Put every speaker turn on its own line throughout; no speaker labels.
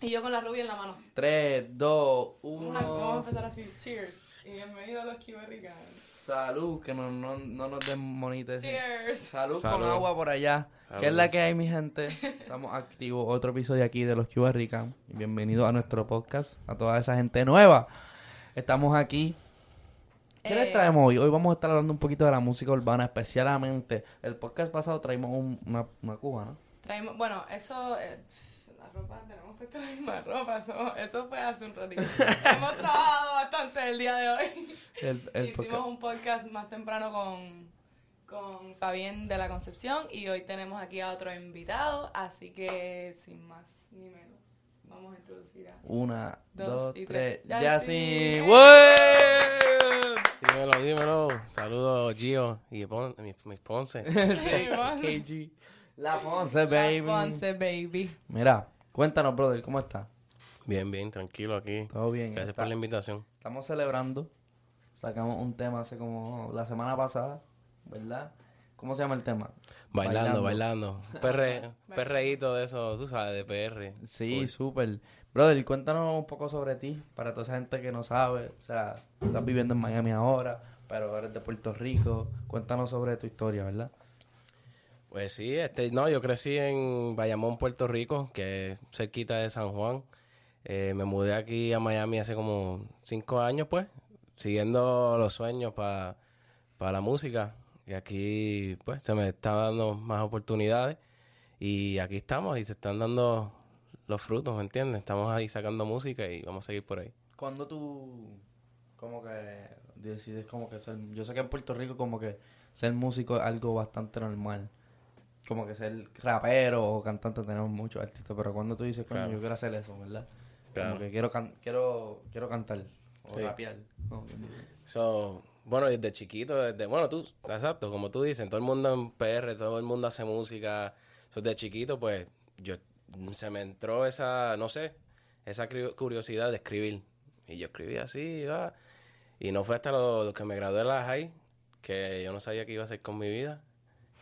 Y yo con la rubia en la mano.
3, 2,
Ay, Vamos a
1.
empezar así. Cheers. Y bienvenido a los Kiberricanos.
Salud, que no, no, no nos desmoneticen.
Cheers.
Salud,
Salud.
con agua por allá.
Salud.
¿Qué es la que hay, mi gente? Estamos activos. Otro episodio aquí de los Cuba Rican. Bienvenidos a nuestro podcast. A toda esa gente nueva. Estamos aquí. ¿Qué les
Eh,
traemos hoy? Hoy vamos a estar hablando un poquito de la música urbana, especialmente. El podcast pasado traímos un- una, una cubana.
Traemos, bueno, eso. eh, la ropa, tenemos puesta la misma ropa. Eso, eso fue hace un ratito. Hemos trabajado bastante el día de hoy.
El, el
Hicimos
podcast.
un podcast más temprano con, con Fabián de la Concepción. Y hoy tenemos aquí a otro invitado. Así que, sin más ni menos, vamos a introducir a.
Una,
Dos
dos,
y
tres.
tres.
¡Ya sí!
Yassin.
¡Wey!
Dímelo, dímelo. Saludos, Gio y Pon- mi- mis Ponce.
KG. La Ponce, baby.
La Ponce, baby.
Mira, cuéntanos, brother, ¿cómo está?
Bien, bien, tranquilo aquí.
Todo bien.
Gracias
Está-
por la invitación.
Estamos celebrando. Sacamos un tema hace como la semana pasada, ¿verdad? ¿Cómo se llama el tema?
Bailando, bailando. Perre, perreíto de eso, tú sabes, de PR.
Sí,
Uy.
súper. Brother, cuéntanos un poco sobre ti, para toda esa gente que no sabe. O sea, estás viviendo en Miami ahora, pero eres de Puerto Rico. Cuéntanos sobre tu historia, ¿verdad?
Pues sí, este, no, yo crecí en Bayamón, Puerto Rico, que es cerquita de San Juan. Eh, me mudé aquí a Miami hace como cinco años, pues, siguiendo los sueños para la música. Y aquí, pues, se me están dando más oportunidades. Y aquí estamos y se están dando los frutos, ¿me entiendes? Estamos ahí sacando música y vamos a seguir por ahí.
cuando tú como que decides como que ser yo sé que en Puerto Rico como que ser músico es algo bastante normal como que ser rapero o cantante tenemos muchos artistas pero cuando tú dices coño
Claro.
yo quiero hacer eso verdad
Claro.
como que quiero can- quiero quiero cantar o
Sí.
rapear ¿no?
So, bueno, desde chiquito, desde, bueno, tú, exacto, como tú dices, todo el mundo en PR, todo el mundo hace música. So, desde chiquito, pues, yo, se me entró esa, no sé, esa cri- curiosidad de escribir. Y yo escribí así, va. Y no fue hasta lo, lo que me gradué de la high, que yo no sabía qué iba a hacer con mi vida,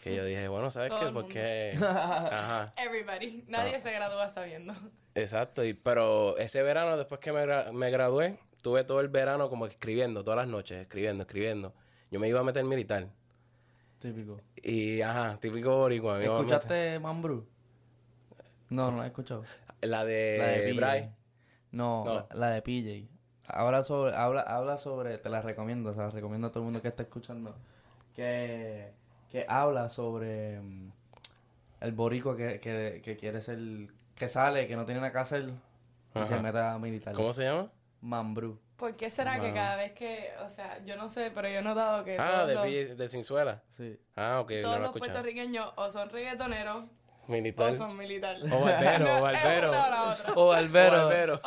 que yo dije, bueno, ¿sabes
Todo
qué?
el
Porque, ajá.
Everybody. Nadie
Ah.
se gradúa sabiendo.
Exacto, y, pero ese verano, después que me, gra- me gradué, tuve todo el verano como escribiendo, todas las noches, escribiendo, escribiendo. Yo me iba a meter militar.
típico
Y, ajá, típico boricua. me iba a meter-
escuchaste Mambrú no no la he escuchado
La de,
la de PJ.
Bray.
Eh, No,
No.
La, la de PJ. Habla sobre, habla, habla sobre, te la recomiendo, se la recomiendo a todo el mundo que está escuchando, que, que habla sobre mm, el boricua que, que, que quiere ser, que sale, que no tiene nada que hacer, y se
Ajá.
mete a militar.
¿Cómo se llama?
Mambrú.
¿Por qué será que cada vez que, o sea, yo no sé, pero yo he notado que
Ah,
todos,
de,
los,
PJ de Cinsuela.
Sí.
Ah, ok,
Eh, todos
no lo
los
escuchaba.
puertorriqueños o son reggaetoneros
Militar.
o son militares.
O barbero, o barbero.
Es una o la otra.
O
O barbero.
O barbero,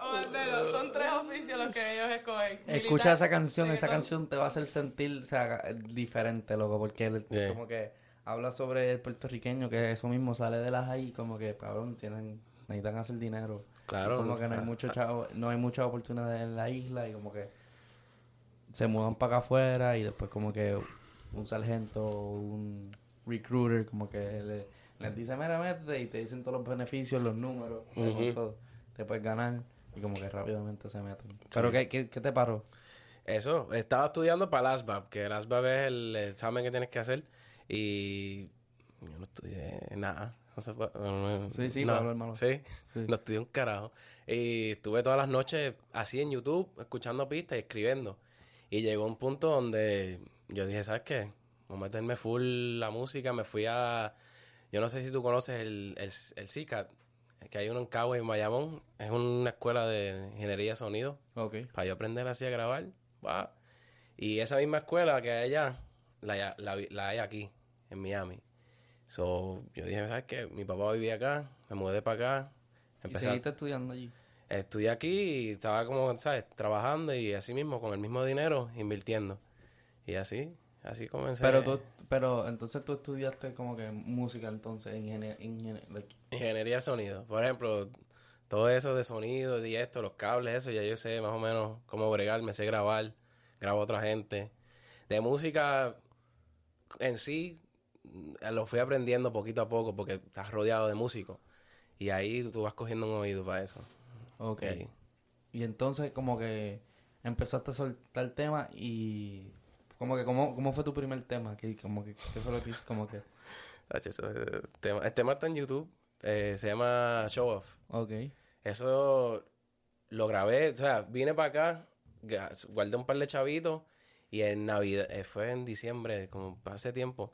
o barbero. Son tres oficios los que ellos escogen.
Escucha
Militar,
esa canción, esa
reggaetón.
canción te va a hacer sentir o sea, eh, diferente, loco, porque él
Sí.
como que habla sobre el puertorriqueño, que eso mismo sale de las ahí, como que, cabrón, tienen, necesitan hacer dinero.
Claro.
Y como que no hay
Ah,
mucho chavo- no hay muchas oportunidades en la isla y como que se mudan para acá afuera y después como que un sargento o un recruiter como que le- les dice, mira, métete y te dicen todos los beneficios, los números, según
Ujú.
todo. te puedes ganar y como que rápidamente se meten. Pero ¿qué, qué, qué te paró?
Eso, estaba estudiando para el ASVAB, que el ASVAB es el examen que tienes que hacer y yo no estudié nada. No sé, pa- no, no,
Sí, sí,
no.
Pablo, hermano.
Sí,
Sí.
no estudié un carajo. Y estuve todas las noches así en YouTube, escuchando pistas y escribiendo. Y llegó un punto donde yo dije, ¿sabes qué? Voy a meterme full la música, me fui a... Yo no sé si tú conoces el, el, el CICAT, que hay uno en Cabo y Mayamón. Es una escuela de ingeniería de sonido
Ok.
para yo aprender así a grabar. va. Y esa misma escuela que hay allá, la, hay- la vi- la hay aquí, en Miami. So, yo dije, ¿sabes qué? Mi papá vivía acá, me mudé para acá.
¿Y
Empecé a-
seguiste estudiando allí?
estudié aquí y estaba como, ¿sabes? Trabajando y así mismo, con el mismo dinero, invirtiendo. Y así, así comencé.
Pero tú, pero entonces tú estudiaste como que música entonces, ingenier- ingenier- like,
Ingeniería de sonido. Por ejemplo, todo eso de sonido y esto, los cables, eso, ya yo sé más o menos cómo bregar, me sé grabar, grabo a otra gente. De música en sí, mm, lo fui aprendiendo poquito a poco porque estás rodeado de músicos. Y ahí tú vas cogiendo un oído para eso.
Ok.
Y-
Y entonces como que empezaste a soltar temas y como que cómo, cómo fue tu primer tema, que como que qué fue lo que hice? como que
Ach, eso es- el tema- el tema está en YouTube. eh, se llama Show Off.
ok,
Eso lo grabé, o sea, vine para acá, ga- guardé un par de chavitos y en Navidad, eh, fue en diciembre, como hace tiempo,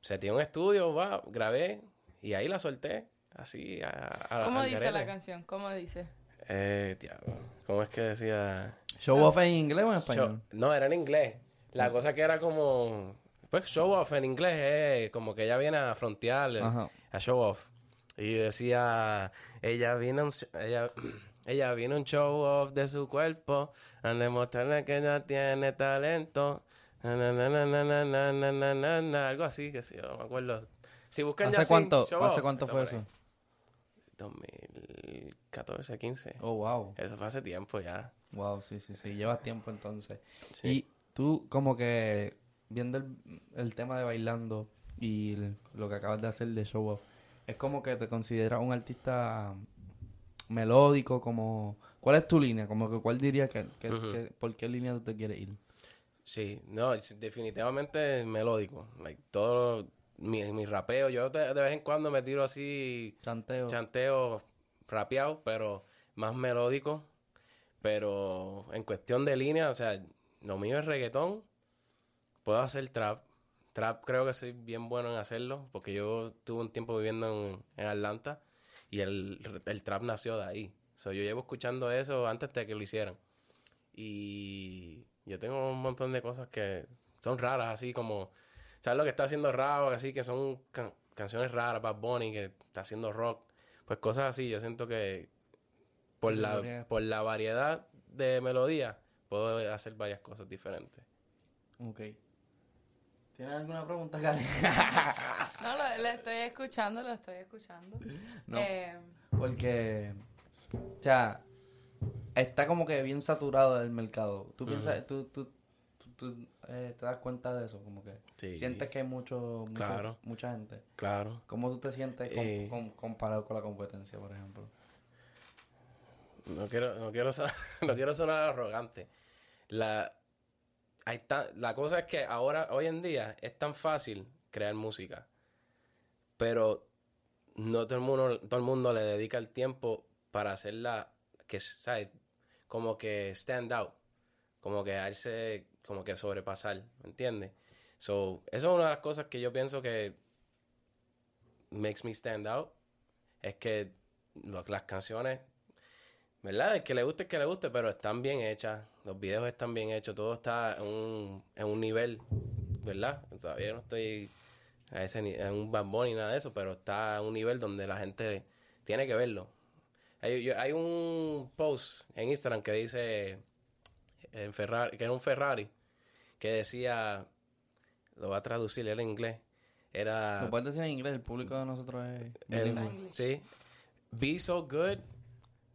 se tiene un estudio, va, grabé y ahí la solté, así, a, a-
¿Cómo
Ah, al
dice la
garete.
canción? ¿Cómo dice?
Eh, diablo, ¿cómo es que decía?
show off en inglés o en español? Mm.
Show- no, era en inglés. La cosa que era como, pues show off en inglés es como que ella viene a frontear, eh,
Ajá.
a show off. Y decía, ella vino a un, sh- ella, ella vino a un show off de su cuerpo a demostrarle que ella tiene talento. Na, na, na, na, na, na, na, na, na, na, na. algo así, que sí, yo no me acuerdo. Si buscan
¿Hace
Yasin,
cuánto?
show
¿Hace
off,
cuánto
está
fue
por ahí.
eso?
2014, 15.
Oh, wow.
Eso fue hace tiempo ya.
Wow, sí, sí, sí, llevas tiempo entonces.
Sí.
Y tú como que viendo el, el tema de bailando y el- lo que acabas de hacer de show off, es como que te consideras un artista melódico, como ¿cuál es tu línea? Como que cuál dirías que, que-
Ujú.
que- por qué línea tú te quieres ir.
Sí, no, es definitivamente melódico. Like, todo mi, mi rapeo, yo de, de vez en cuando me tiro así,
Chanteo.
chanteo rapeado, pero más melódico. Pero en cuestión de línea, o sea, lo mío es reggaetón. Puedo hacer trap. Trap creo que soy bien bueno en hacerlo, porque yo tuve un tiempo viviendo en, en Atlanta y el, el trap nació de ahí. So, yo llevo escuchando eso antes de que lo hicieran. Y yo tengo un montón de cosas que son raras, así como, ¿sabes lo que está haciendo Rabo? Así que son can- canciones raras, Bad Bunny, que está haciendo rock. Pues cosas así, yo siento que por la,
Melodía.
por la variedad de melodías puedo hacer varias cosas diferentes.
Ok. ¿Tienes alguna pregunta, Karen?
No, lo, lo estoy escuchando, lo estoy escuchando.
No.
Eh,
Porque, o sea, está como que bien saturado el mercado. ¿Tú piensas, tú, tú, tú- tú, eh, te das cuenta de eso? Como que
Sí.
sientes que hay mucho, mucho-
Claro.
mucha gente.
Claro.
¿Cómo tú te sientes com-
Eh.
com- comparado con la competencia, por ejemplo?
No quiero, no quiero, sonar, no quiero sonar arrogante. La, hay tan- la cosa es que ahora, hoy en día, es tan fácil crear música. Pero no todo el mundo, todo el mundo le dedica el tiempo para hacerla, que, ¿sabes? Como que stand out. Como que darse, como que sobrepasar, ¿me entiendes? So, eso es una de las cosas que yo pienso que makes me stand out. Es que lo- las canciones ¿Verdad? El que le guste, el que le guste, pero están bien hechas. Los videos están bien hechos. Todo está en un, en un nivel, ¿verdad? Todavía no estoy a ese ni- en un bambón ni nada de eso, pero está a un nivel donde la gente tiene que verlo. Hay, yo- hay un post en Instagram que dice en Ferrari, que era un Ferrari, que decía, lo va a traducir, era en inglés, era...
Lo puedes decir en inglés, el público de nosotros es...
Ah. El-
bilingüe.
English.
sí. Be so good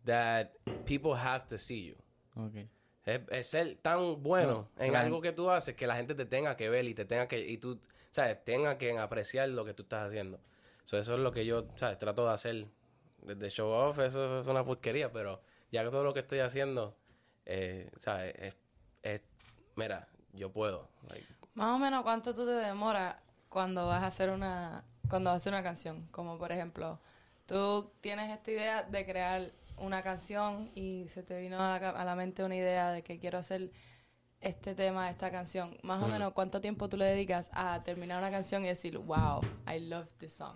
that people have to see you.
Ok.
Es, es ser tan bueno
No,
en
claro.
algo que tú haces que la gente te tenga que ver y te tenga que y tú, sabes, tenga que apreciar lo que tú estás haciendo. So, eso es lo que yo, sabes, trato de hacer desde show off, eso es una porquería, pero ya que todo lo que estoy haciendo, eh, sabes, es, es- mira, yo puedo. Like,
Más o menos cuánto tú te demoras cuando vas a hacer una cuando vas a hacer una canción, como por ejemplo, tú tienes esta idea de crear una canción y se te vino a la, ca- a la mente una idea de que quiero hacer este tema, esta canción. Más o menos cuánto tiempo tú le dedicas a terminar una canción y decir, "Wow, I love this song."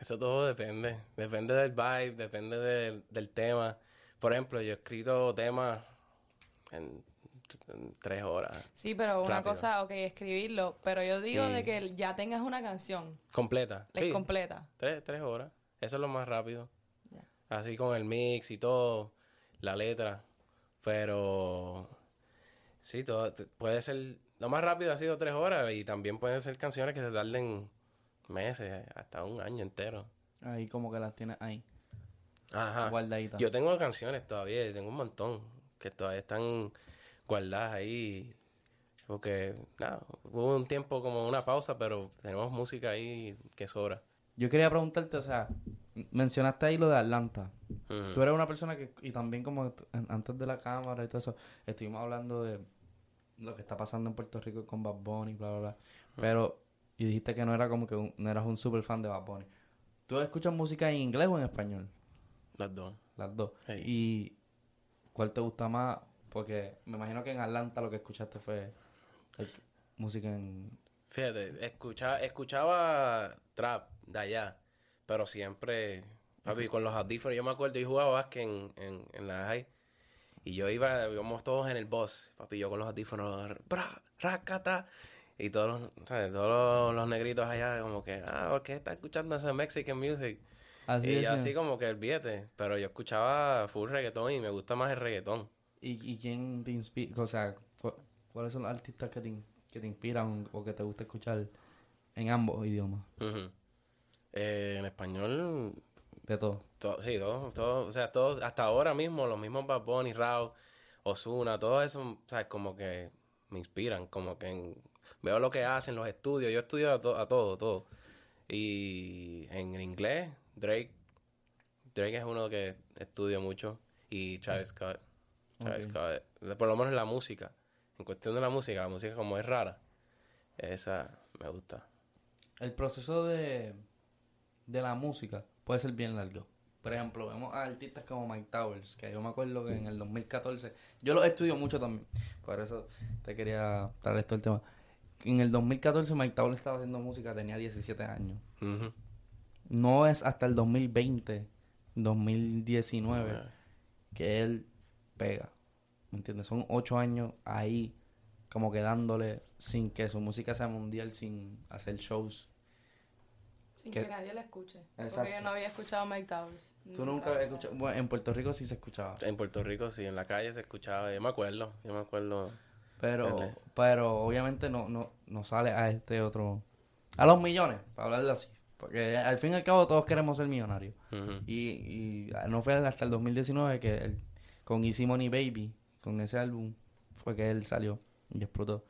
Eso todo depende. Depende del vibe, depende del, del tema. Por ejemplo, yo he escrito temas en, en tres horas.
Sí, pero una
Rápido.
cosa, ok, escribirlo, pero yo digo
Sí.
de que ya tengas una canción,
Completa.
la
Sí,
completa.
tres, tres horas. Eso es lo más rápido.
Ya.
Así con el mix y todo, la letra. Pero sí, todo, t- puede ser... Lo más rápido ha sido tres horas y también pueden ser canciones que se tarden meses, hasta un año entero.
Ahí como que las tienes ahí,
Ajá.
guardaditas.
Ah. Yo tengo canciones todavía, tengo un montón que todavía están guardadas ahí. Porque, nada, hubo un tiempo como una pausa, pero tenemos música ahí que sobra.
Yo quería preguntarte, o sea, mencionaste ahí lo de Atlanta.
Ujú.
Tú eres una persona que, y también como t- an- antes de la cámara y todo eso, estuvimos hablando de lo que está pasando en Puerto Rico con Bad Bunny, bla, bla, bla.
Mm.
Pero, y dijiste que no era como que un- no eras un super fan de Bad Bunny. ¿Tú escuchas música en inglés o en español?
Las dos.
Las dos.
Hey.
¿Y cuál te gusta más? Porque me imagino que en Atlanta lo que escuchaste fue like, música en...
Fíjate, escucha- escuchaba trap de allá, pero siempre, papi, con los audífonos, yo me acuerdo, yo jugaba básquet en, en, en la high, y yo iba, íbamos todos en el bus, papi, yo con los audífonos, bra, racata, y todos los, ¿sabes? todos los, los negritos allá, como que, ah, ¿por qué está escuchando esa Mexican music?
Así
y yo
decían.
así como que el billete, pero yo escuchaba full reggaetón y me gusta más el reggaetón.
¿Y, y quién te inspira? O sea, cu- ¿cuáles son los artistas que te, in- que te inspiran o que te gusta escuchar en ambos idiomas?
Ujú. Eh, en español,
De todo.
To- sí, todos, todos, o sea, todos, hasta ahora mismo, los mismos Bad Bunny, Rao, Ozuna, todo eso, o sea, como que me inspiran, como que en- veo lo que hacen, los estudios, yo estudio a, to- a todo, todo. Y en inglés, Drake, Drake es uno que estudio mucho, y Travis Scott, Travis
Ok.
Scott, eh, por lo menos la música, en cuestión de la música, la música como es rara, esa me gusta.
El proceso de, de la música puede ser bien largo. Por ejemplo, vemos a artistas como Mike Towers, que yo me acuerdo que en el 2014, yo los estudio mucho también, por eso te quería traer esto el tema. En el 2014 Mike Towers estaba haciendo música, tenía 17 años.
Ujú.
No es hasta el 2020, 2019, que él pega. ¿Me entiendes? Son ocho años ahí, como que dándole sin que su música sea mundial, sin hacer shows.
Sin
¿Qué?
que nadie la escuche.
Exacto.
Porque yo no había escuchado Mike Towers.
Tú nunca habías escuchado. Bueno, en Puerto Rico sí se escuchaba.
En Puerto Rico, sí, en la calle se escuchaba, yo me acuerdo, yo me acuerdo.
Pero,
Dale.
pero obviamente no, no, no sale a este otro. A los millones, para hablarlo así. Porque al fin y al cabo todos queremos ser millonarios.
Ujú.
Y, y no fue hasta el 2019 que él, con Easy Money Baby, con ese álbum, fue que él salió y explotó.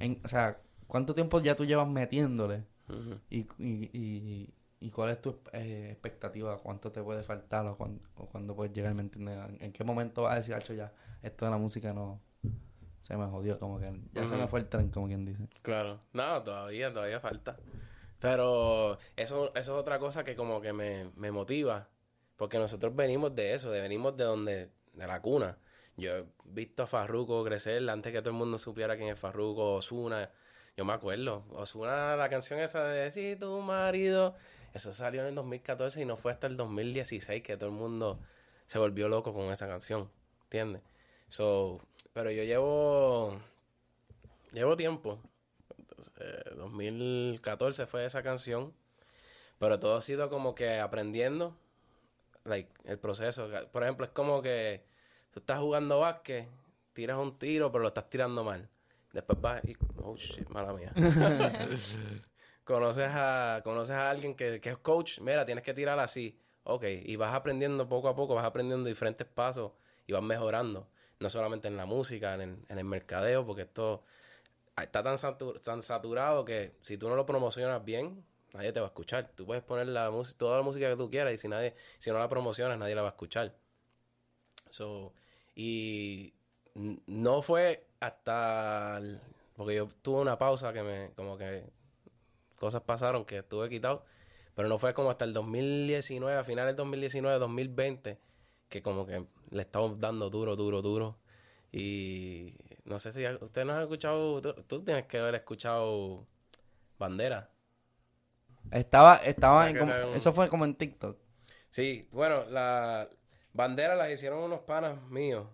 En- o sea, ¿cuánto tiempo ya tú llevas metiéndole?
Ujú.
¿Y, y, y, y cuál es tu eh, expectativa? ¿Cuánto te puede faltar o cuándo, o cuándo puedes llegar? ¿Me entiendes? ¿En- ¿En qué momento vas a decir, "Acho, ya, esto de la música no se me jodió? Como que ya se me
Ujú.
fue el tren, como quien dice.
Claro. No, todavía, todavía falta. Pero eso, eso es otra cosa que como que me, me motiva. Porque nosotros venimos de eso, de venimos de donde, de la cuna. Yo he visto a Farruko crecer antes que todo el mundo supiera quién es Farruko, Ozuna. Yo me acuerdo. Ozuna, la canción esa de Si tu marido. Eso salió en el 2014 y no fue hasta el 2016 que todo el mundo se volvió loco con esa canción. ¿Entiendes? So, pero yo llevo... Llevo tiempo. Eh, 2014 fue esa canción. Pero todo ha sido como que aprendiendo. Like, el proceso. Por ejemplo, es como que tú estás jugando básquet, tiras un tiro, pero lo estás tirando mal. Después vas y. Oh shit, mala mía. conoces, a, conoces a alguien que, que es coach. Mira, tienes que tirar así. Ok, y vas aprendiendo poco a poco, vas aprendiendo diferentes pasos y vas mejorando. No solamente en la música, en el, en el mercadeo, porque esto está tan, satu- tan saturado que si tú no lo promocionas bien, nadie te va a escuchar. Tú puedes poner la música, toda la música que tú quieras y si nadie, si no la promocionas, nadie la va a escuchar. So, y n- no fue hasta el- porque yo tuve una pausa que me como que cosas pasaron que estuve quitado, pero no fue como hasta el 2019, a finales del 2019, 2020 que como que le estamos dando duro, duro, duro. Y no sé si usted no ha escuchado, tú, tú tienes que haber escuchado Bandera.
Estaba, estaba
Ya
en
que
como-
era un-
eso fue como en TikTok.
Sí, bueno, la Bandera las hicieron unos panas míos.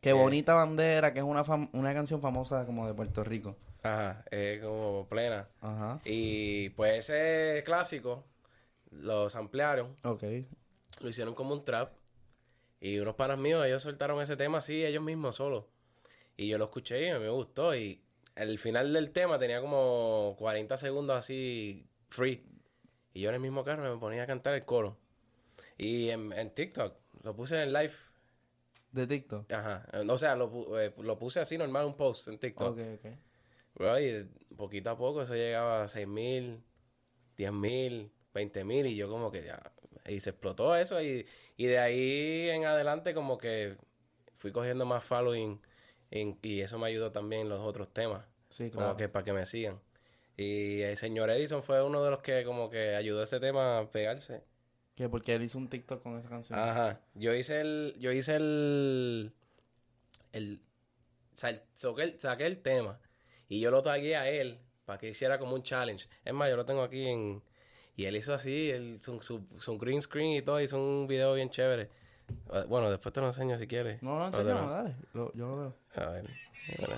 Qué
Eh.
bonita bandera, que es una, fam- una canción famosa como de Puerto Rico.
Ajá, eh, como plena.
Ajá.
Y pues ese clásico los ampliaron,
Ok.
lo hicieron como un trap. Y unos panas míos, ellos soltaron ese tema así, ellos mismos solos. Y yo lo escuché y me gustó. Y el final del tema tenía como 40 segundos así free. Y yo en el mismo carro me ponía a cantar el coro. Y en, en TikTok, lo puse en el live.
De TikTok.
Ajá. O sea, lo, pu- eh, lo puse así normal, un post en TikTok.
Ok, ok.
Bro, y poquito a poco eso llegaba a 6 mil, 10 mil, 20 mil. Y yo como que ya, Y se explotó eso. Y, y de ahí en adelante como que fui cogiendo más following. en- y eso me ayudó también en los otros temas.
Sí,
Como
claro.
que para que me sigan. Y el señor Edison fue uno de los que como que ayudó a ese tema a pegarse.
Que porque él hizo un TikTok con esa canción.
Ajá. Yo hice el. Yo hice el. El. o sea, el- saqué, el saqué el tema. Y yo lo tagué a él. Para que hiciera como un challenge. Es más, yo lo tengo aquí en. Y él hizo así, él, su, su- su green screen y todo, hizo un video bien chévere. Ah, Bueno, después te lo enseño si quieres.
No, no,
O te
enséñame,
lo-
dale. Lo- yo lo veo.
A ver. espera.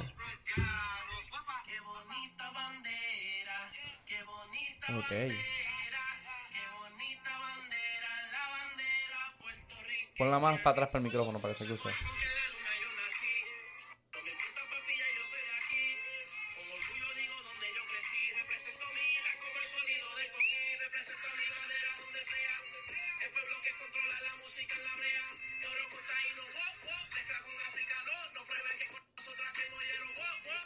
Caros, papá, qué bonita bandera, qué bonita
Ok.
bandera, qué bonita bandera, la bandera puertorriqueña.
Ponla más para atrás para el micrófono para que se escuche.
Porque en la luna yo nací, donde tú estás, papilla, yo soy aquí. Con orgullo digo donde yo crecí, represento mi isla como el sonido de coquí, represento mi bandera donde sea. El pueblo que controla la música en la brea, euro costaíno, wow, wow, mezcla con africano, no prueben que con nosotros aquí no oyeron, wow, wow.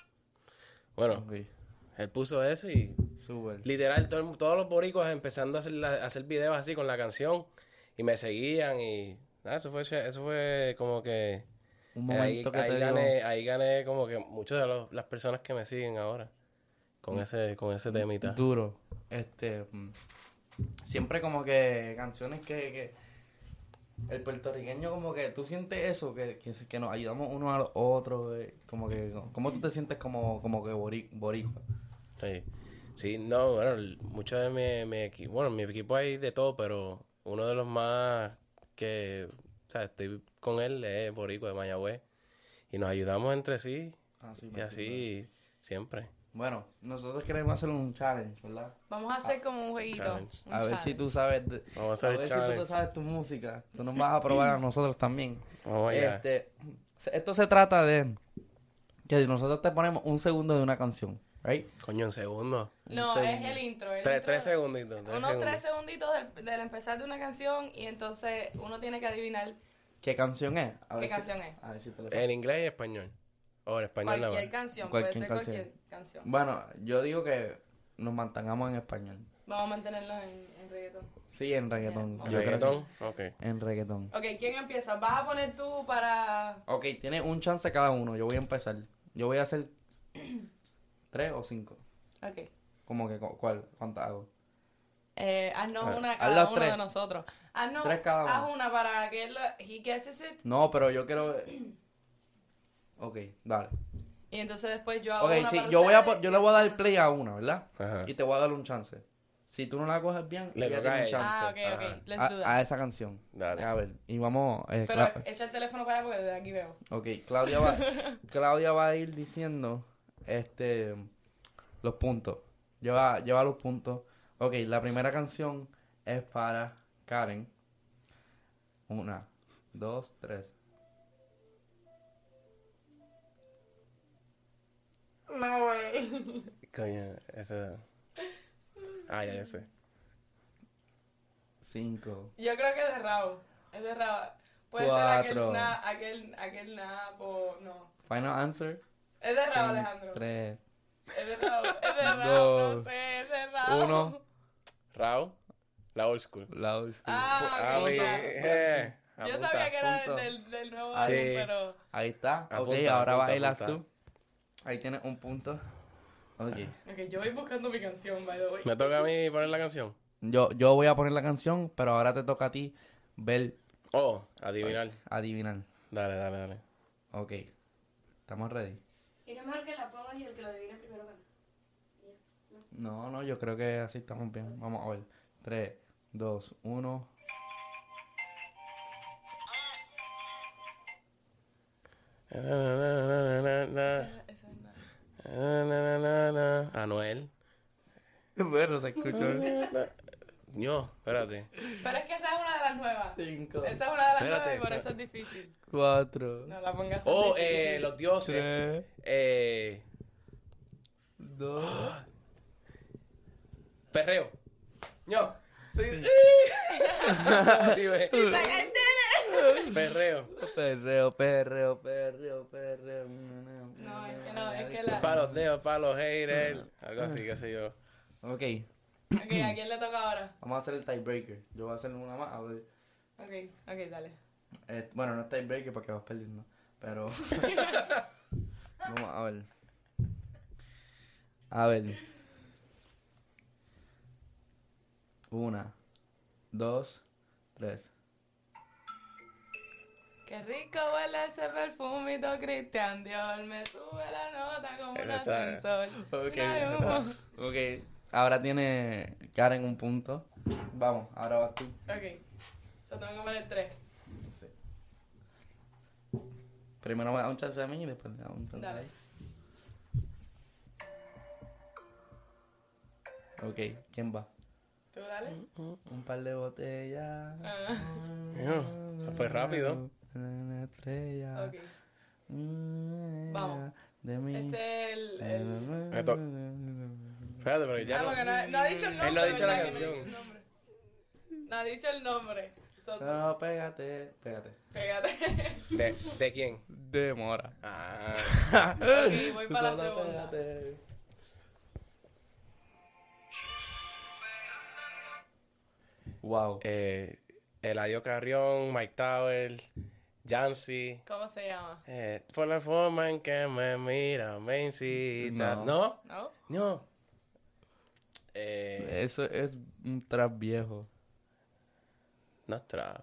Bueno,
Sí,
él puso eso y
súper.
Literal, todo el- todos los boricuas empezando a hacer, la- a hacer videos así con la canción y me seguían y nada, eso fue, ch- eso fue como que
Un
eh, ahí,
momento que
ahí
te digo.
gané, ahí gané como que muchas de los- las personas que me siguen ahora con ese con
Mm,
ese temita.
Duro. Este. mm, Siempre como que canciones que, que. El puertorriqueño, como que tú sientes eso, que, que, que nos ayudamos unos a los otros. eh, como que. ¿Cómo tú te sientes como, como que bori- boricua?
Sí. Sí, no, bueno, el- muchos de mi, mi equipo, bueno, mi equipo hay de todo, pero uno de los más que, o sea, estoy con él es boricua de Mayagüez y nos ayudamos entre sí
Así,
y así siempre.
Bueno, nosotros queremos hacer un challenge, ¿verdad?
Vamos a hacer como un jueguito.
challenge.
un
Ah, A ver si
challenge.
tú sabes. de-
Vamos a
a
hacer el
ver si tú
challenge.
te sabes tu música. Tú nos vas a probar a nosotros también.
Vamos allá.
Este, se- esto se trata de que nosotros te ponemos un segundo de una canción, ¿right?
Coño, un segundo.
No,
Un
es
segundo.
el intro. el
Tres,
intro
tres
de-
segunditos. tres
Unos tres
segundos.
segunditos del, del empezar de una canción y entonces uno tiene que adivinar
¿Qué canción es?
¿Qué
A ver si-
canción es?
a ver si te lo sabes.
En inglés y español. O en español nada
cualquier
más.
canción. Puede
Cualquier
ser
canción.
cualquier canción.
Bueno, yo digo que nos mantengamos en español.
Vamos a mantenerlo en, en reggaetón.
Sí, en reggaetón.
Bien.
Yo creo que
Reggaetón, ok.
en reggaetón.
Ok, ¿quién empieza? ¿Vas a poner tú para...?
Ok, tiene un chance cada uno. Yo voy a empezar. Yo voy a hacer tres o cinco.
Ok.
Como que, cu- ¿cuál? ¿Cuántas hago?
Eh, haznos
Ah,
una
haz
cada
las
uno
tres.
de nosotros. Haznos,
Tres cada uno.
Haz una para que él... lo- He guesses it.
No, pero yo quiero... Ok, dale.
Y entonces después yo hago
Ok,
una
sí,
para
yo, voy a,
ustedes.
po- yo le voy a dar play a una, ¿verdad?
Ajá.
Y te voy a dar un chance. Si tú no la coges bien,
Le
ella
toca
tiene
a
un
ella.
chance
Ah, ok, ok.
Ajá.
Let's do
a,
that.
a esa canción.
Dale.
A ver, y vamos... eh,
Pero
Cla-
echa el teléfono para allá porque de aquí veo.
ok, Claudia va, Claudia va a ir diciendo este los puntos. Lleva, lleva los puntos. Ok, la primera canción es para Karen. Una, dos, tres.
No, güey.
Coño, esa. Ah, ya, ya sé.
Cinco.
Yo creo que es de Raúl. Es de Raúl. Puede ser
Cuatro.
aquel snap, aquel, aquel nap o no.
Final answer.
Es de Raúl,
Cin-
Alejandro.
Tres,
Es de Raúl, es de Raúl, no
Dos.
sé, es de Raúl.
uno.
Raúl, la old school.
La old school.
Ah,
Ah,
ok,
oye,
ya.
eh,
Yo
apunta.
sabía que era
punto.
del, del nuevo
Ah, sí.
álbum, pero...
Ahí está. ok,
Apunta,
ahora
apunta,
bailas
apunta.
tú. Ahí tienes un punto. Ok.
Ok, yo voy buscando mi canción, by the way.
Me toca a mí poner la canción.
Yo, yo voy a poner la canción, pero ahora te toca a ti ver,
Oh, adivinar.
adivinar.
Dale, dale, dale.
Ok. ¿Estamos ready?
Y no es mejor que la pongas y el que lo adivine primero gana.
No, no, yo creo que así estamos bien. Vamos a ver. 3, 2, 1.
Esa- esa es nada.
Anuel.
Bueno, se escuchó.
Yo, espérate.
Pero es que esa es una de las nuevas.
5,
Esa es una de las
Espérate,
nuevas y por
espérate.
eso es difícil.
4,
No la pongas tan
Oh,
difícil.
eh, los dioses.
3,
Eh,
2.
perreo. Yo. Sí. Perreo.
Perreo, perreo, perreo, perreo. No,
es que no, es que la-
Para los dedos, para los haters. Algo así, qué sé yo.
Ok,
Ok, ¿a quién le toca ahora?
Vamos a hacer el tiebreaker. Yo voy a hacer una más. A ver.
Ok, ok, dale.
Eh, bueno, no es tiebreaker porque vas perdiendo. Pero. Vamos a ver. A ver. Una, dos, tres.
Qué rico huele ese perfumito, Cristian Dior. Me sube la nota como un
Esa está-
ascensor.
Ok.
Ay, humo.
ok. Ahora tiene Karen un punto. Vamos, ahora vas tú.
Ok, so tengo que poner tres.
Primero me da un chance a mí y después me da un chance a
Dale.
él. Ok, ¿quién va?
¿Tú dale?
Un par de botellas.
Ah,
Coño, eso fue rápido.
Una estrella.
ok.
Mm,
Vamos.
De mí. Eh,
Este es el... el-
Me to- Espérate, pero ya
Ah,
no.
porque no, no ha dicho el nombre.
Él no ha dicho la
¿verdad? Que no ha dicho
canción.
el nombre. No ha dicho el nombre. So,
No, pégate. Pégate.
Pégate.
¿De, de quién?
Demora.
Ah,
Ok, voy para la
Solo
segunda.
pégate. Wow.
eh, Eladio Carrión, Mike Tower, Jancy.
¿Cómo se llama?
Eh, por la forma en que me mira, me incita.
No.
¿No?
¿No?
No. Eh,
Eso es un trap viejo.
no es trap.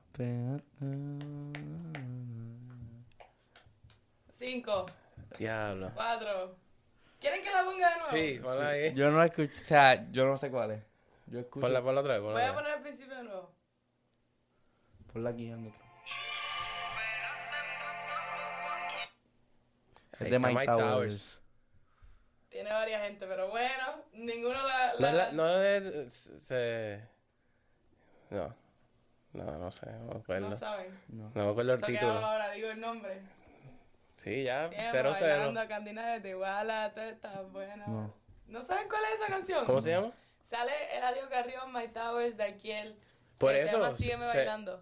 Cinco,
Diablo.
cuatro. ¿Quieren que la ponga de nuevo?
Sí, ponla ahí.
Yo no la escucho, o sea, yo no sé cuál es. Yo escucho.
Ponla, ponla otra vez. ponla
Voy a
otra vez.
poner al principio de nuevo.
Ponla aquí al micro.
Ahí
Es de
está
Mike, Towers.
Tiene varias gente, pero bueno, ninguno la.
No
la-
es la- no es- se- No. No, no sé. No me acuerdo.
no saben.
No.
No me acuerdo el
Eso que hago
título.
ahora, digo el nombre.
Sí, ya.
Siempre
Cero, cero.
bailando cantina de Tehuala, teta, buena.
No.
No. saben cuál es esa canción?
¿Cómo se llama?
Sale Eladio Carrión, My Towers, Darkiel.
Por
que
eso,
Se llama Sígueme
se-
bailando.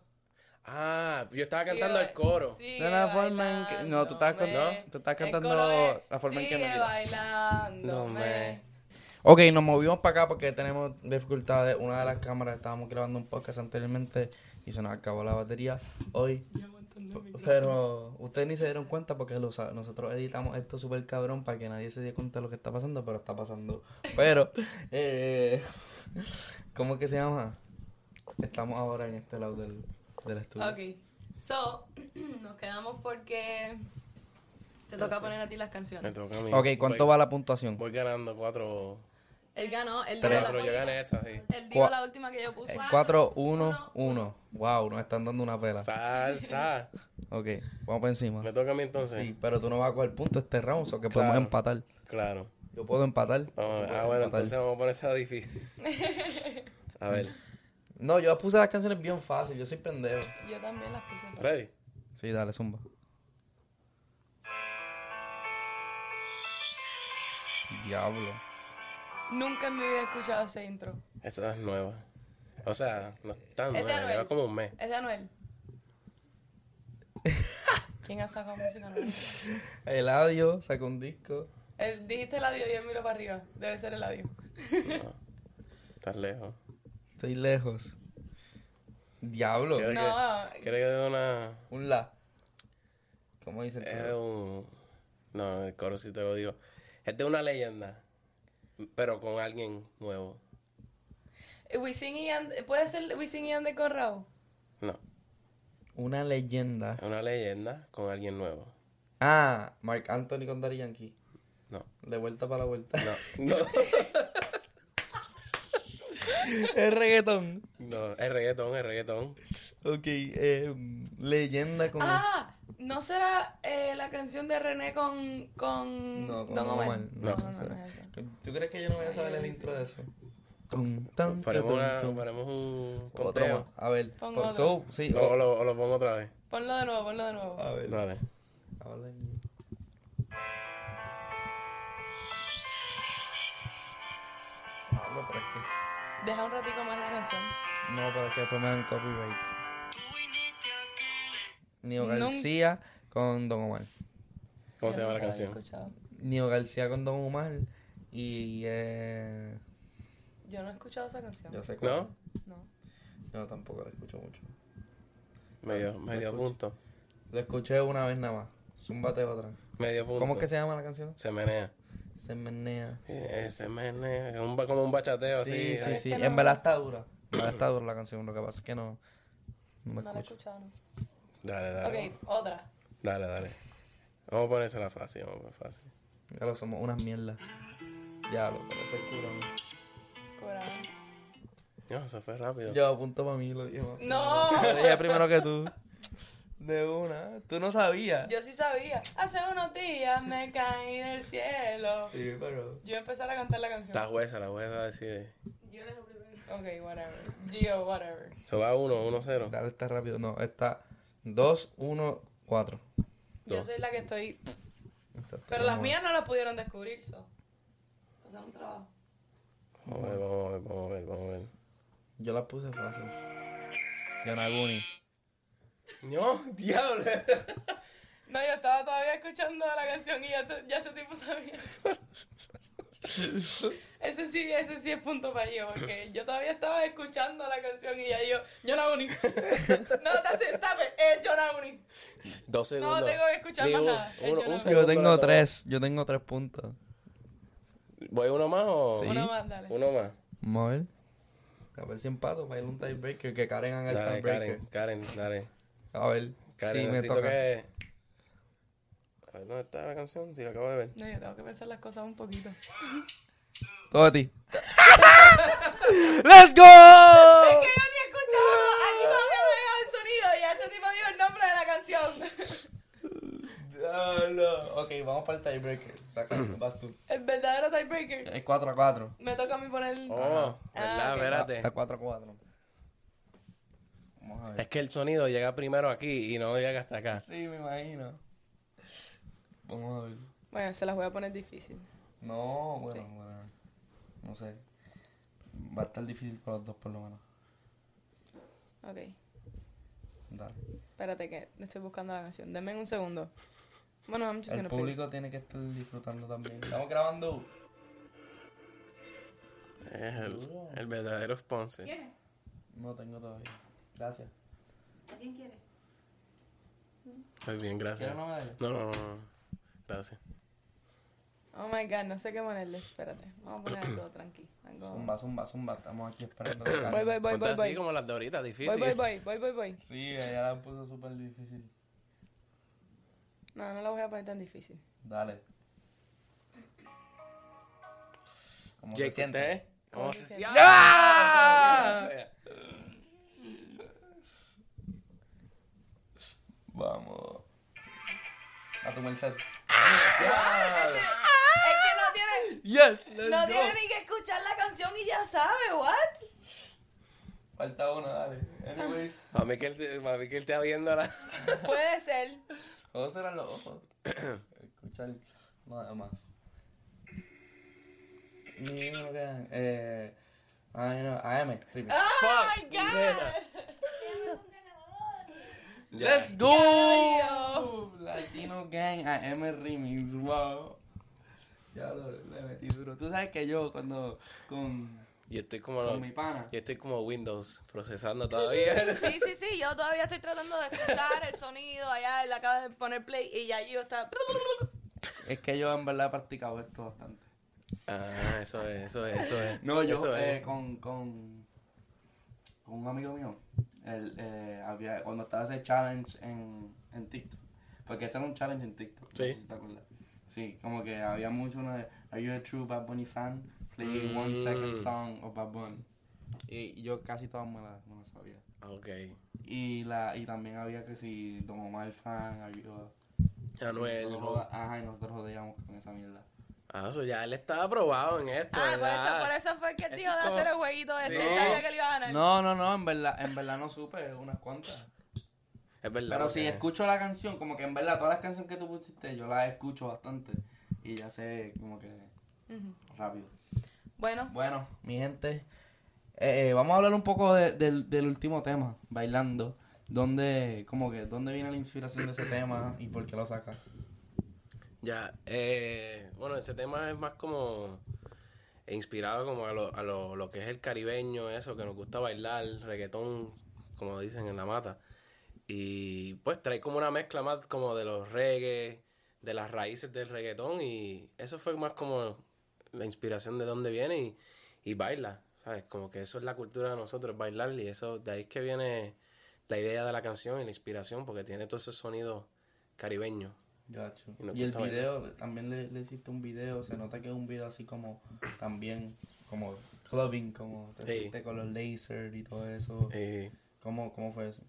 Ah, yo estaba
Sigue
cantando
ba-
el coro.
Sigue
De la forma en que- no, tú estabas con-
bailándome.
no, tú estabas
El
cantando
coro es,
la forma en que me
Sigue
miras".
bailándome.
No
Ok, nos movimos para acá porque tenemos dificultades. Una de las cámaras, estábamos grabando un podcast anteriormente y se nos acabó la batería hoy. Pero ustedes ni se dieron cuenta porque lo sa- nosotros editamos esto súper cabrón para que nadie se dé cuenta de lo que está pasando, pero está pasando. Pero, eh, ¿cómo es que se llama? Estamos ahora en este lado del, del estudio.
Ok. So, nos quedamos porque te toca poner a ti las
Me
canciones.
toca a mí.
Ok, ¿cuánto
Voy-
va la puntuación?
Voy ganando cuatro.
Él ganó, él dio,
Tres.
la,
Cuatro, yo gané esta, sí.
él dio
Cua-
la última que yo
Eh,
puse.
4, 1, 1. Wow, nos están dando una pela.
Salsa.
Ok, vamos para encima.
Me toca a mí entonces.
Sí, pero tú no vas a coger punto este round, o que
Claro.
podemos empatar.
Claro.
Yo puedo empatar.
Vamos a ver.
Yo
Ah,
puedo
bueno,
empatar.
entonces vamos a poner esa difícil. A ver.
No, yo puse las canciones bien fácil, yo soy pendejo.
Yo también las puse.
¿Ready?
Sí, dale, zumba. Diablo.
Nunca en mi vida he escuchado ese intro.
Esta es nueva. O sea, no es tan
Este Es de
nueva. Lleva
Anuel.
como un mes.
¿Es de Anuel? ¿Quién ha sacado música nueva?
Eladio sacó un disco.
El, dijiste el adiós y él miró para arriba. Debe ser el adiós.
No. Estás lejos.
Estoy lejos. Diablo.
Quiero que,
No, ah,
quiero que dé una.
Un la. ¿Cómo dice el
Es
coro?
un. No, el coro sí te lo digo. Es de una leyenda. Pero con alguien nuevo.
eh, Wisin y Yandel, ¿puede ser Wisin y Yandel con Raúl?
No.
Una leyenda.
Es una leyenda con alguien nuevo.
Ah, Mark Anthony con Daddy Yankee.
No.
De vuelta para la vuelta.
No. No.
es reggaetón.
No, es reggaetón, es reggaetón.
Ok, eh, leyenda con.
Ah, ¿no será eh, la canción de René con, con
No, con
Don Omar?
No,
No, no,
no,
no, es eso.
¿Tú crees que yo no voy a saber el intro de eso? Tum, tum,
Ponemos,
tum,
una-
tum.
ponemos un
Otro
conteo.
más. A ver,
Pongo
por
otra.
so, sí.
No,
o-
o lo, o lo pongo otra vez.
Ponlo de nuevo, ponlo de nuevo.
A ver.
Dale.
Habla ahí. Hablo, pero es que.
Deja un ratico más la canción.
No, pero es que después me dan copyright. Nio García con Don Omar.
¿Cómo
Yo
se llama la
nunca había
canción?
escuchado.
Nio García con Don Omar. Y. Eh,
Yo no he escuchado esa canción.
Yo sé cuál.
¿No?
No.
No, tampoco la escucho mucho.
Medio,
No
medio
escucho.
punto.
La escuché una vez nada más. Zúmbate otra.
Medio punto.
¿Cómo es que se llama la canción?
Se menea.
Se menea.
Sí, eh, se menea. Es un ba- como un bachateo
Sí,
así.
sí,
ahí.
sí.
Es que
En
no-
verdad está dura. En verdad está dura la canción. Lo que pasa es que no. No
No la
la
he
escucho.
escuchado, no.
Dale, dale.
Ok, otra.
Dale, dale. Vamos a ponérsela fácil, vamos a poner fácil.
Ya lo somos unas mierdas. Diablo, parece cura. ¿no?
Corazón.
No, eso fue rápido.
Yo apunto para mí, lo dije. pa' mí.
No.
Lo dije primero que tú. De una. Tú no sabías.
Yo sí sabía. Hace unos días me caí del cielo.
Sí, pero.
Yo empezar a cantar la canción.
La jueza, la jueza decide.
Yo les lo primero.
Ok, whatever. Gio, whatever.
Eso va 1, 1, 0.
Dale, está rápido. No, está 2, 1, 4.
Yo
Dos.
soy la que estoy. Pero las mías no las pudieron descubrir, so. Pasaron trabajo.
Vamos a ver, vamos a ver, vamos a ver, vamos a ver.
Yo las puse fácil. Yanaguni.
No, diablo.
No, yo estaba todavía escuchando la canción y ya, te- ya este tipo sabía. ese sí, ese sí es punto para yo, porque yo todavía estaba escuchando la canción y ya yo, yo no hago ni. no, that's it, stop it, Eh, es yo no hago ni.
Dos segundos.
tengo que escuchar
Digo,
más nada.
uno-
Yo
un
no-
Yo
segundo
tengo
nada.
3. Yo tengo 3 puntos.
¿Voy uno más o...?
Sí.
Uno más, dale.
Uno más.
Vamos a ver. A ver si empato para ir a un tiebreaker. Que Karen haga el
Dale,
tiebreaker.
Karen, Karen, dale.
A ver.
Karen,
sí, me
necesito
toca.
que... A ver, ¿dónde está la canción? Sí, la acabo de ver.
No, yo tengo que pensar las cosas un poquito.
Todo a ti. ¡Let's go!
Que yo ni he escuchado, aquí todavía me llegaba el sonido y ya este tipo dijo el nombre de la canción.
Diablo. Ok, vamos para el tiebreaker. Saca, vas tú.
el verdadero tiebreaker.
Es 4 a 4.
Me toca a mí poner.
Oh,
Ah,
¿verdad?
ok.
Está
Espérate.
4 a 4. Vamos a ver.
Es que el sonido llega primero aquí y no llega hasta acá.
Sí, me imagino. Vamos a ver.
Bueno, se las voy a poner difícil.
No, bueno, bueno. No sé. Va a estar difícil para los dos, por lo menos.
Ok.
Dale.
Espérate que estoy buscando la canción. Denme un segundo. Bueno, I'm just
El
gonna play.
público tiene que estar disfrutando también. Estamos grabando.
Es el, el verdadero sponsor.
¿Quiere?
No tengo todavía. Gracias.
¿A quién quiere?
Muy Pues bien, gracias.
¿Quieres una medalla?
No, no, no, no. Gracias.
Oh my god, no sé qué ponerle. Espérate. Vamos a poner algo tranqui. Algo...
Zumba, zumba, zumba. Estamos aquí esperando. que
Voy, voy,
Karen-
voy,
Ponte
voy,
así
voy.
como las de ahorita,
Voy,
difícil.
voy, voy, voy, voy, voy.
Sí, ella la puso súper difícil.
No, no la voy a poner tan difícil.
Dale. ¿Cómo
Jake,
se siente?
¿usted? ¿Cómo
¿Cómo
se
se
siente?
siente?
¡Ah!
Vamos. A tu merced.
¡Ah!
Es que no tiene,
Yes,
no tiene ni que escuchar la canción y ya sabe, what?
Falta una, dale. Anyways.
Para mí que él, te- para mí que él está viendo la...
Puede ser.
¿Cómo serán los ojos? Escuchar nada más. Mira, vean, eh, ay, no, AM, Ricky.
Oh my god.
Ya.
Let's
Diablo.
go! Latino Gang AM Remix, wow. Ya lo le metí duro. Tú sabes que yo cuando con,
Yo estoy como...
con mi pana.
Yo estoy como Windows procesando todavía.
Sí, sí, sí, yo todavía estoy tratando de escuchar el sonido allá, él acaba de poner play y ya yo ah, está...
Es que yo en verdad he practicado esto bastante.
Ah, eso es, eso es, eso es.
No, yo
Eso
eh,
es.
con, con, con un amigo mío, él, eh, había, cuando estaba ese challenge en, en TikTok, porque ese era un challenge en TikTok, no
Sí.
sé si te acuerdas. Sí, como que había mucho uno de, ¿Are you a true Bad Bunny fan? Play one second
Mm.
song of Bad Bunny. Y yo casi todas me las me las sabía.
Ok.
Y, la, y también había que si Don Omar fan, Are you a-
Anuel.
nosotros joda- Ajá, y nosotros jodíamos con esa mierda.
Ah, eso ya él estaba aprobado en esto.
Ah, por
¿verdad?
eso, por eso fue que el tío
Eso
de
es como-
hacer el jueguito este,
Sí.
él sabía que le iba a ganar.
No, no, no, en verdad, en verdad no supe unas cuantas.
Es verdad.
Pero
porque-
si escucho la canción, como que en verdad todas las canciones que tú pusiste, yo las escucho bastante. Y ya sé como que
Ujú.
rápido.
Bueno,
Bueno, mi gente, eh, eh, vamos a hablar un poco de- del, del último tema, bailando. ¿Dónde, como que, dónde viene la inspiración de ese tema y por qué lo sacas?
Ya, eh, bueno, ese tema es más como e inspirado como a, lo, a lo, lo que es el caribeño, eso, que nos gusta bailar, reggaetón, como dicen en la mata. Y pues trae como una mezcla más como de los reggae, de las raíces del reggaetón y eso fue más como la inspiración de dónde viene y, y baila, ¿sabes? Como que eso es la cultura de nosotros, bailar y eso, de ahí es que viene la idea de la canción y la inspiración porque tiene todos esos sonidos caribeños.
Gacho.
Y nos
Y el
gusta
video, también le, le hiciste un video, se nota que es un video así como, también, como clubbing, como te
Sí.
fuiste con los lasers y todo eso.
Y-
¿Cómo, ¿Cómo fue eso?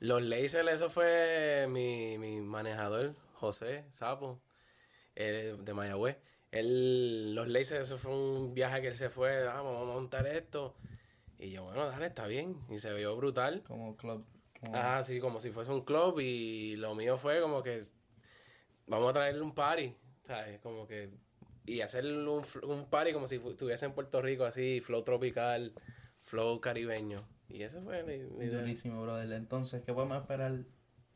Los lasers, eso fue mi, mi manejador, José Sapo, él es de Mayagüez. Él, los lasers, eso fue un viaje que él se fue, "Ah, vamos a montar esto. Y yo, bueno, dale, está bien. Y se vio brutal.
Como club. Como...
Ajá, sí, como si fuese un club y lo mío fue como que vamos a traerle un party, ¿sabes? Como que... Y hacer un, fl- un party como si fu- estuviese en Puerto Rico, así, flow tropical, flow caribeño. Y eso fue mi, mi idea.
Durísimo, brother. Entonces, ¿qué podemos esperar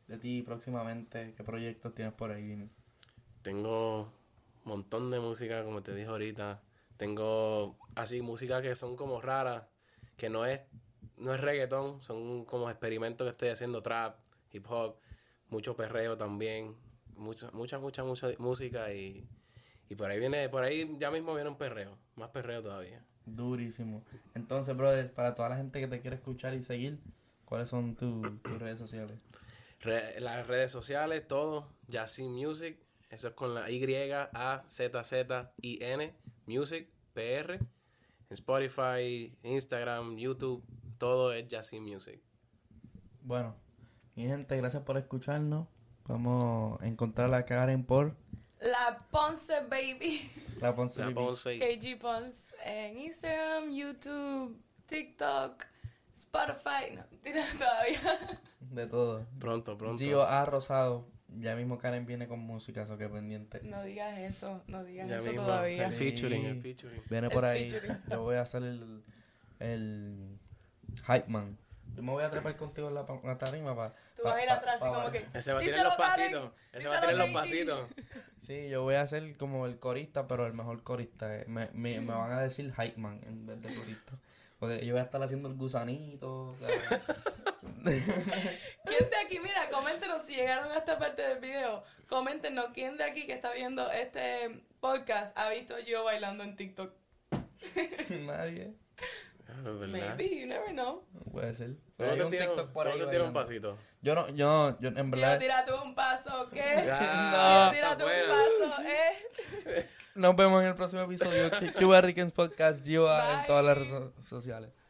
de ti próximamente? ¿Qué proyectos tienes por ahí? Dime.
Tengo un montón de música, como te dije ahorita. Tengo así música que son como raras, que no es, no es reggaetón, son como experimentos que estoy haciendo, trap, hip hop, mucho perreo también, mucha, mucha, mucha, mucha música y, y por ahí viene, por ahí ya mismo viene un perreo, más perreo todavía.
Durísimo. Entonces, brother, para toda la gente que te quiere escuchar y seguir, ¿cuáles son tu- tus redes sociales?
Re- las redes sociales, todo, Yasin Music, eso es con la Y, A, Z, Z, I, N, Music, PR, en Spotify, Instagram, YouTube, todo es Yasin Music.
Bueno, mi gente, gracias por escucharnos. Vamos a encontrar a Karen por
La Ponce Baby.
La Ponce
La
Bibi.
Ponce y-
KG Pons en Instagram, YouTube, TikTok, Spotify. No, mentira, todavía.
De todo.
Pronto, pronto.
Gio A. Rosado. Ya mismo Karen viene con música, eso que pendiente.
No digas eso, no digas
Ya
eso
mismo.
todavía.
El featuring, el
Sí.
featuring.
Viene
El
por ahí.
featuring.
Yo voy a hacer el, el hype man. Yo me voy a trepar contigo en la, pa- la tarima para...
Tú vas a ir atrás así como que.
Ese va a tirar
"Díselo,
los
Karen,
pasitos. Ese va
díselo,
a tirar los
Katie".
pasitos.
Sí, yo voy a ser como el corista, pero el mejor corista. eh. Me, me, me van a decir hype man en vez de corista. Porque yo voy a estar haciendo el gusanito. o sea,
¿Quién de aquí? Mira, coméntenos si llegaron a esta parte del video. Coméntenos quién de aquí que está viendo este podcast ha visto yo bailando en TikTok.
nadie.
Claro, ¿verdad?
Maybe, you never know.
No puede ser. Pero
Todos
Ah, hay
te
un
tiran-
TikTok por
todos
ahí
te tiran un
bailando.
pasito.
Yo no, yo, yo en
Quiero
verdad...
tirar tú un paso, ¿qué?
Ah,
Quiero tirar
está
tú un
buena.
paso, ¿eh?
Nos vemos en el próximo episodio de Cuba Ricans Podcast. Yo en
Bye.
todas las redes so- sociales.